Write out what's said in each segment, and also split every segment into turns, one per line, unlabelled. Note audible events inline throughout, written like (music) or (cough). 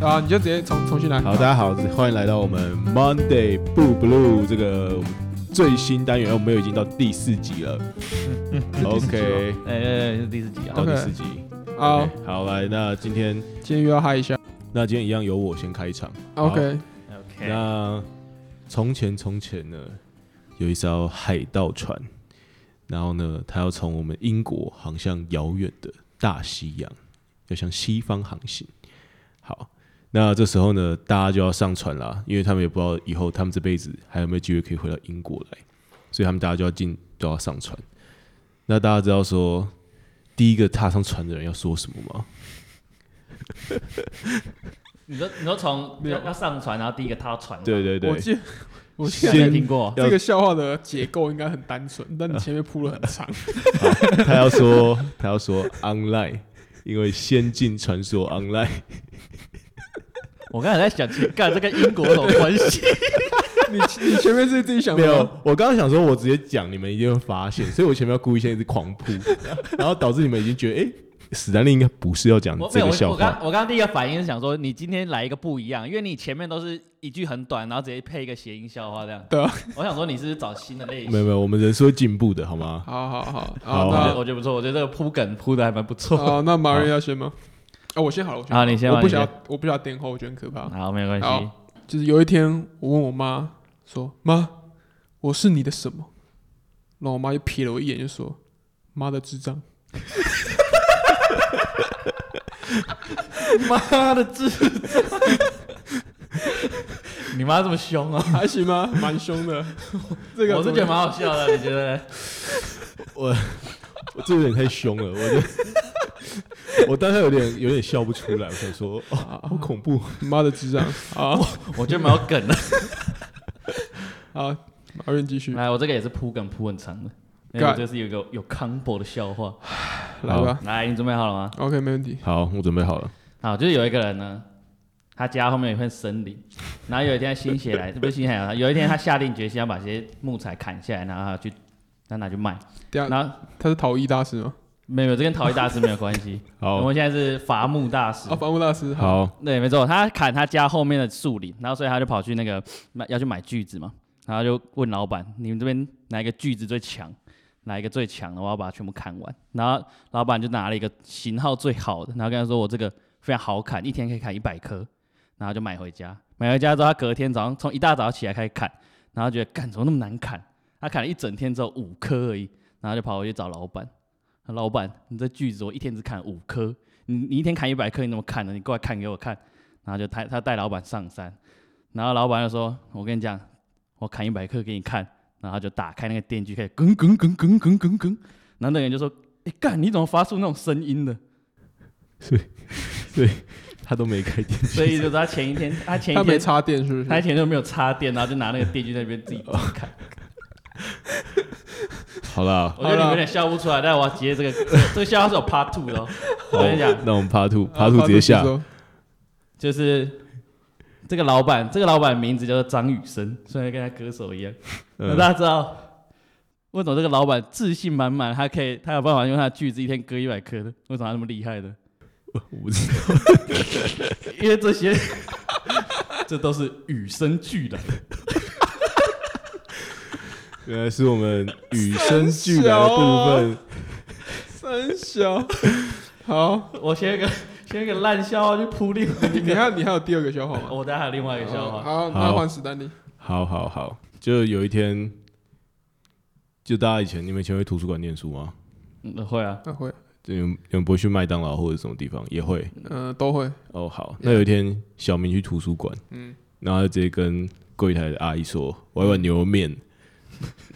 啊，你就直接重重新来。
好，大家好，欢迎来到我们 Monday Blue Blue 这个最新单元，我们又已经到第四集了。OK，
哎哎，哎是第四集啊
到，第
OK
四集。
好
OK，，好来，那今天
今天又要嗨一下。
那今天一样由我先开场。好
OK，
那从前从前呢，有一艘海盗船，然后呢，它要从我们英国航向遥远的大西洋，要向西方航行。好，那这时候呢，大家就要上船啦，因为他们也不知道以后他们这辈子还有没有机会可以回到英国来，所以他们大家就要进，就要上船。那大家知道说，第一个踏上船的人要说什么吗？
你说你说从
没有
要要上船，然后第一个他要船，，啊
对对
我
对，
记得我记
现
得
在
先
听过
这个笑话的结构应该很单纯，但你前面铺了很长。
他要说，他要说 online，因为《仙境传说 online》
我刚才在想，其干这跟英国有什么关系？
你你前面是自己想
没
的
有
吗？，
我刚刚想说，我直接讲，你们一定会发现，所以我前面要故意先一直狂扑， (laughs) 然后导致你们已经觉得，哎、史丹利应该不是要讲
我没
这
有，
个
我
笑
我刚
话，
我刚刚第一个反应是想说，你今天来一个不一样，因为你前面都是一句很短，然后直接配一个谐音笑话这样。
对啊，
我想说你是不是找新的类型
没有，没有，我们人是会进步的，好吗？
好好好，
好
我觉
那
啊得我觉得不错，我觉得这个铺梗铺的还蛮不错。
好，那马瑞要先吗？啊，我先好了，我先
好你先吧
我不
你
想
先
要，我不想要垫后，我觉得很可怕。
好，没有关系
好。就是有一天，我问我妈说：“妈，我是你的什么？”然后我妈就瞥了我一眼，就说：“妈的智障。
妈的智障！ (laughs) 你妈这么凶啊”！
还行吗？蛮凶的。这个
我是觉得蛮好笑的，你觉得？
我 (laughs) 这有点太凶了，我就 (laughs) 我当时有点有点笑不出来，我想说，哦，好恐怖，
妈的智障。好
我觉得蛮有梗的。
好，马瑞继续
来，我这个也是铺梗铺很长的，因为我这是有一个有 combo 的笑话。 (laughs)
来吧。
来，你准备好了吗？
OK，没问题。
好，我准备好了，
好，就是有一个人呢，他家后面有一片森林，然后有一天他心血来，不 (laughs) 是心血来潮，有一天他下定决心要把这些木材砍下来，然后他去，他拿去卖。
等下
然后
他是陶艺大师吗？
没有，这跟陶艺大师没有关系。我
好，
们现在是伐木大师
啊，。伐木大师。，
好，
对，没错，他砍他家后面的树林，然后所以他就跑去那个买要去买锯子嘛，然后就问老板，你们这边哪一个锯子最强？哪一个最强的？我要把它全部砍完。然后老板就拿了一个型号最好的，然后跟他说我这个非常好砍，一天可以砍一百颗，然后就买回家。买回家之后，他隔天早上从一大早起来开始砍，然后觉得干怎么那么难砍？他砍了一整天之后五颗而已，然后就跑回去找老板。老板，你这锯子我一天只砍五颗，你你一天砍一百颗，你怎么砍的？你过来砍给我看。然后就他他带老板上山，然后老板就说：“我跟你讲，我砍一百克给你看。”然后他就打开那个电锯，开始滚滚滚滚滚滚滚。然后那个人就说：“哎、干，你怎么发出那种声音的
所以所以他都没开电？”
所以就是他前一天，
(laughs)
他前一
他没
天
插电是不
他
是？
前一天都没有插电，然后就拿那个电锯在那边自己
(laughs)
砍。
好啦，
我觉得你们有点笑不出来，但我要接这个这个笑话是有 part two 的、哦。我跟你讲，
那我们爬兔，
啊
爬兔直接下。
说
就是这个老板，这个老板名字叫做张雨生，虽然跟他歌手一样。那
嗯
大家知道为什么这个老板自信满满，他可以他有办法用他的锯子一天割一百颗的？为什么他那么厉害呢？
我不知道，
因为这些 (laughs) 这都是与生俱来的。
原来是我们与生俱来的部分。
三小。 (laughs) 好，
(laughs) 我先一个先一个烂笑话去铺另外一
你
个，
还有你还有第二个笑话吗？
(laughs) 我等下还有另外一个笑话。
好，那换史丹利。
好好好，就有一天，就大家以前你们以前会图书馆念书吗？
嗯，会啊，
那会，
就你们你们不会去麦当劳或者什么地方也会
嗯，都会。 (laughs)
哦。好，那有一天小明去图书馆，
嗯
然后他直接跟柜台的阿姨说：“我要一碗牛肉面。”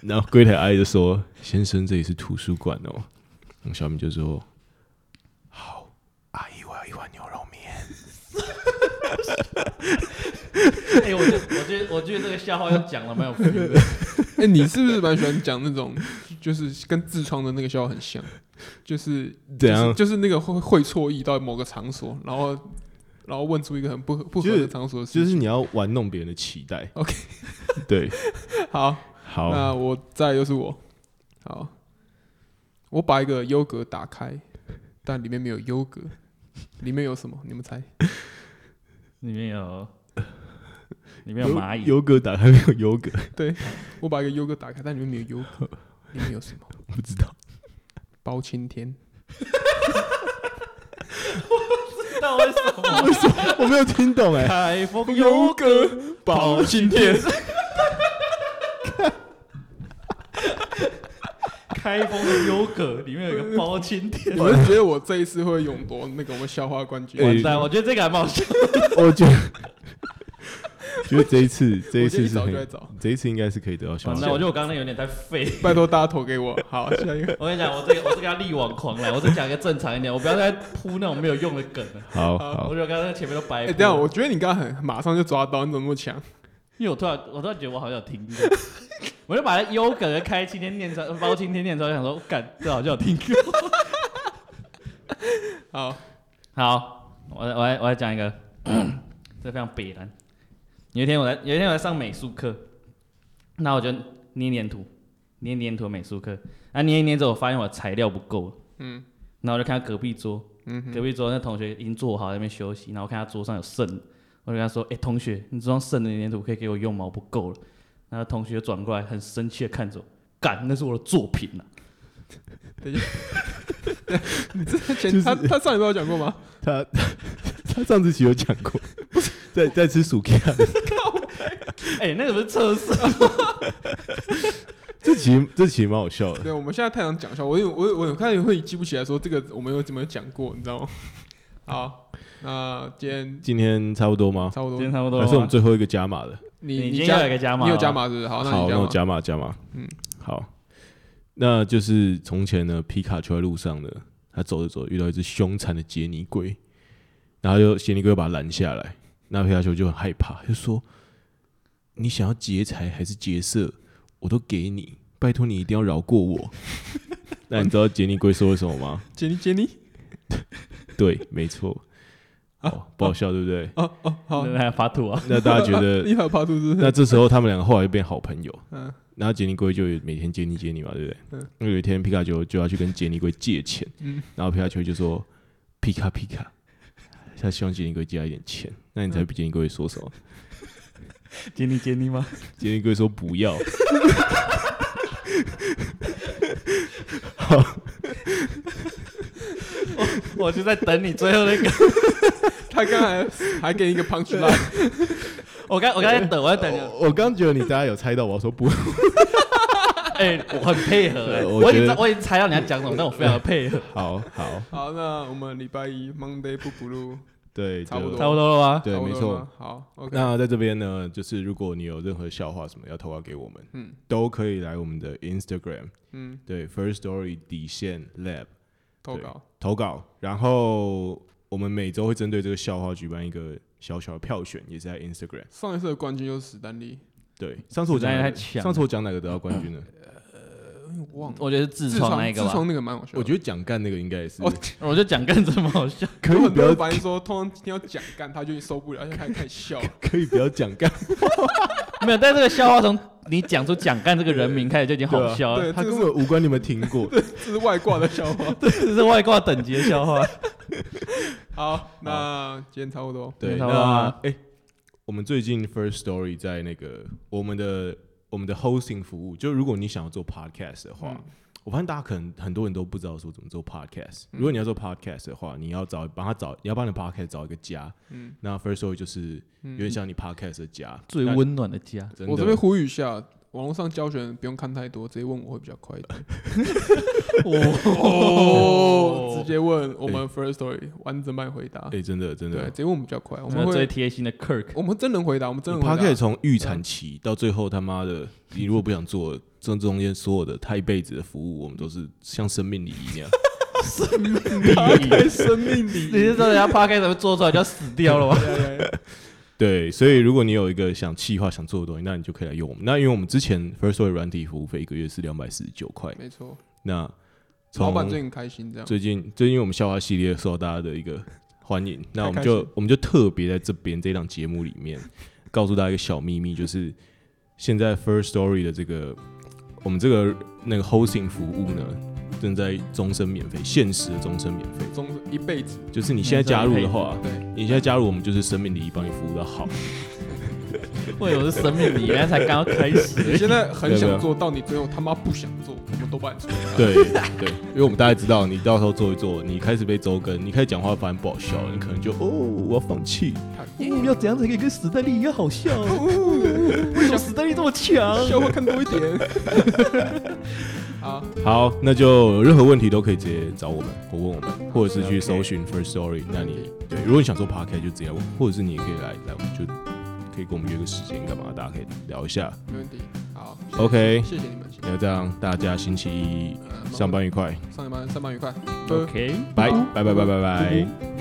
然后柜台阿姨就说：“先生，这里是图书馆哦。”然后小明就说：“好，阿姨，我要一碗牛肉面。”
哎、我觉得我觉得我觉得这个笑话又讲了蛮有 feel 的
哎、你是不是蛮喜欢讲那种，就是跟痔疮的那个笑话很像，就是
怎样
就是？就是那个会会错意到某个场所，然后然后问出一个很不合不合的场所的事
就是
情。
你要玩弄别人的期待。
OK
(laughs) 对，
好，
好，
那我再来就是我，好，我把一个优格打开，但里面没有优格，里面有什么？你们猜？
里面有里面有蚂蚁，
优格打开没有优格，
我把一个优格打开，但里面没有优
(laughs)
格，里面有什么？
不知道。
包青天，
但为什么
为什么我没有听懂
(laughs)
哎、
海风优格？包
青天，
开封的优格里面有一个包青天。
我就觉得我这一次会勇夺那个我们笑话冠军。
哎
完蛋，我觉得这个还蛮好笑。
我觉得，觉得这一次，这一
我今天
次
一
是
早
很
就在找，
这一次应该是可以得到消
完
息。
蛋，我觉得我刚刚那个有点太废。
拜托大家投给我。好，下一个，
我跟你讲，我这个我这个要力挽狂澜，我只讲一个正常一点，我不要再铺那种没有用的梗了。
好
我
好
觉得刚刚前面都白
哎、
铺了。
等一下，我觉得你刚刚很马上就抓到，你怎么那么强？
因为我突然我突然觉得我好像有听过， (laughs) 我就把那优格的开青天念出来，包青天念出来，想说，干，这好像有听过。
好，
好，我来我来我来讲一个，这非常北然。有一天我在有一天我在上美术课，那我就捏黏土，捏黏土美术课，啊捏一捏之后，我发现我的材料不够了，
嗯
然后我就看到隔壁桌，
嗯哼，
隔壁桌那同学已经坐好在那边休息，然后我看他桌上有剩的，我就跟他说：“哎、同学，你桌上剩的粘土可以给我用吗？我不够了。”然后同学转过来，很生气的看着我，干，那是我的作品啊！
前
(laughs) 就是
他他上礼拜有讲过吗？
他 (laughs) 他上次其实有讲过，在在吃薯片，
(laughs)
啊
哎、那个不是测试，
这其实这其实蛮好笑
(laughs)
的。
对，我们现在太常讲笑，我有我有我有开始会记不起来说这个我们有怎么讲过，你知道吗？ (laughs) 好，那今天
今天差不多吗？
差不
(laughs) 今
多，
天差不多
还是我们
了。
最后一个加码的？
你
今天
加
要有一个加码，
你有加？码是不是？好，那
好，
你
那我
加码。
加码加码。
嗯
嗯，好，那就是从前呢，皮卡丘在路上呢，他走着走着遇到一只凶残的杰尼龟，然后就杰尼龟把他拦下来，那皮卡丘就很害怕，就说：“你想要劫财还是劫色，我都给你，拜托你一定要饶过我。” (laughs) 那你知道杰尼龟说了什么吗？
杰尼杰尼，
对，没错。
(laughs)
哦，不好笑，对不对？
哦哦，好，，
那还发图啊？
那大家觉得
你很怕是不是？
(laughs) 那这时候他们两个后来就变好朋友。
嗯
然后杰尼龟就每天接你接你嘛，对不对？
嗯
那有一天皮卡丘就要去跟杰尼龟借钱，
嗯
然后皮卡丘就说：“皮卡皮卡。”他希望杰尼龟借他一点钱，那你猜杰尼龟说什么？
嗯
杰尼杰尼吗？
杰尼龟说
(laughs)
不要。好，
我就在等你最后那个。
他刚才还给你一个 punch line，
我刚我刚才等，我在等你。
哦我刚觉得你大家有猜到我要 (laughs) 说不，
哎、我很配合、哎，
呃
我
我
已
觉
经
得
知我已经猜到你要讲什么，但我非 (laughs) 常的配合。
好好，
(laughs) 好，那我们礼拜一 Monday 不 blue，
对，
差不
就
多
差不多了吗？
对，
差不
没
多了
错
吗。好，OK，
那在这边呢，就是如果你有任何笑话什么要投稿给我们，
嗯
都可以来我们的 Instagram，
嗯，
对，First Story 底线 Lab。
投
对
稿，
投稿，然后我们每周会针对这个笑话举办一个小小的票选，也是在 Instagram。
上一次的冠军就是史丹利，
对，上次我讲哪
实在
个
太强了
上次我讲哪个得到冠军
(coughs)
呢？
嗯忘了，
我觉得是痔疮那一个
痔
吧
疮。那个蛮好笑的，
我觉得讲干那个应该也是
哦， (laughs)
我就讲更这么好笑。 (laughs)
可
有
以
很
不
多
要
人反映说，通常听到讲干，他就受不了，就开始开始
(laughs)
笑。
可以不要讲
(laughs)
干，
没有，但这个笑话从你讲出蒋干这个人名开始就已经好笑了，
对，
他
这
根
个
本
是
无关你们听过。
这是外挂的笑话。
(laughs) 这是外挂等级的笑话。
好，那今天差不多。
对，
没错
那
啊
哎、我们最近 First Story 在那个我们的我们的 hosting 服务，就如果你想要做 podcast 的话，
嗯
我发现大家可能很多人都不知道说怎么做 podcast。如果
嗯
你要做 podcast 的话，你要找帮他找，你要帮你的 podcast 找一个家。
嗯
那 First Story 就是有点像你 podcast 的家，
最
那
温暖的家，
真的
我这边呼吁一下，网络上教学不用看太多，直接问我会比较快一
(laughs)
点。哦，直接问我们 First Story 完整版回答
哎、。真的真
对，
的
直，接问我们比较快。我
我
们
们最
会，
贴心的 Kirk，
我们真能回答，我们真能
他可以
回答。
从预
嗯
产期到最后他妈的，你如果不想做，这中间所有的他一辈子的服务，我们都是像生命礼仪那样。 (laughs)
对，生命
(laughs) 你
里。
是说人家 podcast 会做出来就要死掉 (laughs) 了吗？
对对
对，所以如果你有一个想气划、想做的东西，那你就可以来用我们。那因为我们之前 First Story 软体服务费一个月是两百四十九块，
没错，
那
老
从
板最近很开心这样。
最近最近我们笑话系列受到大家的一个欢
(laughs)
迎，那我们
开
就
心
我们就特别在这边这档节目里面告诉大家一个小秘密，就是现在 First Story 的这个我们这个那个 hosting 服务呢，正在终身免费，限时的终身免费。
终身一辈子，
就是你现在加入的话，
(laughs) 对，
你现在加入我们就是生命礼仪帮你服务
(laughs)
的好。
我以为我是生命里，原来才刚刚开
你
始。
现在很
没有没有
想做到，你最后他妈不想做，我
(laughs)
们都办出来。
对对，因为我们大家知道，你到时候做一做，你开始被周更，你开始讲话反而不好笑，你可能就哦，我要放弃。
嗯，要怎样才可以跟史黛丽一样好笑？
为
为什么史黛丽这么强？
笑话看多一点。 (laughs) 好，
好，那就有任何问题都可以直接找我们，或问我们，或者是去搜寻 First Story。那你对，如果你想做 podcast 就直接问，或者是你也可以来来，我们就可以跟我们约个时间干嘛，大家可以聊一下。
没问题。好
OK
谢谢谢谢你们。谢谢
那这样大家星期一
呃
上班愉快，
上班上班愉快。拜拜
，OK。
拜拜拜拜拜拜。
嗯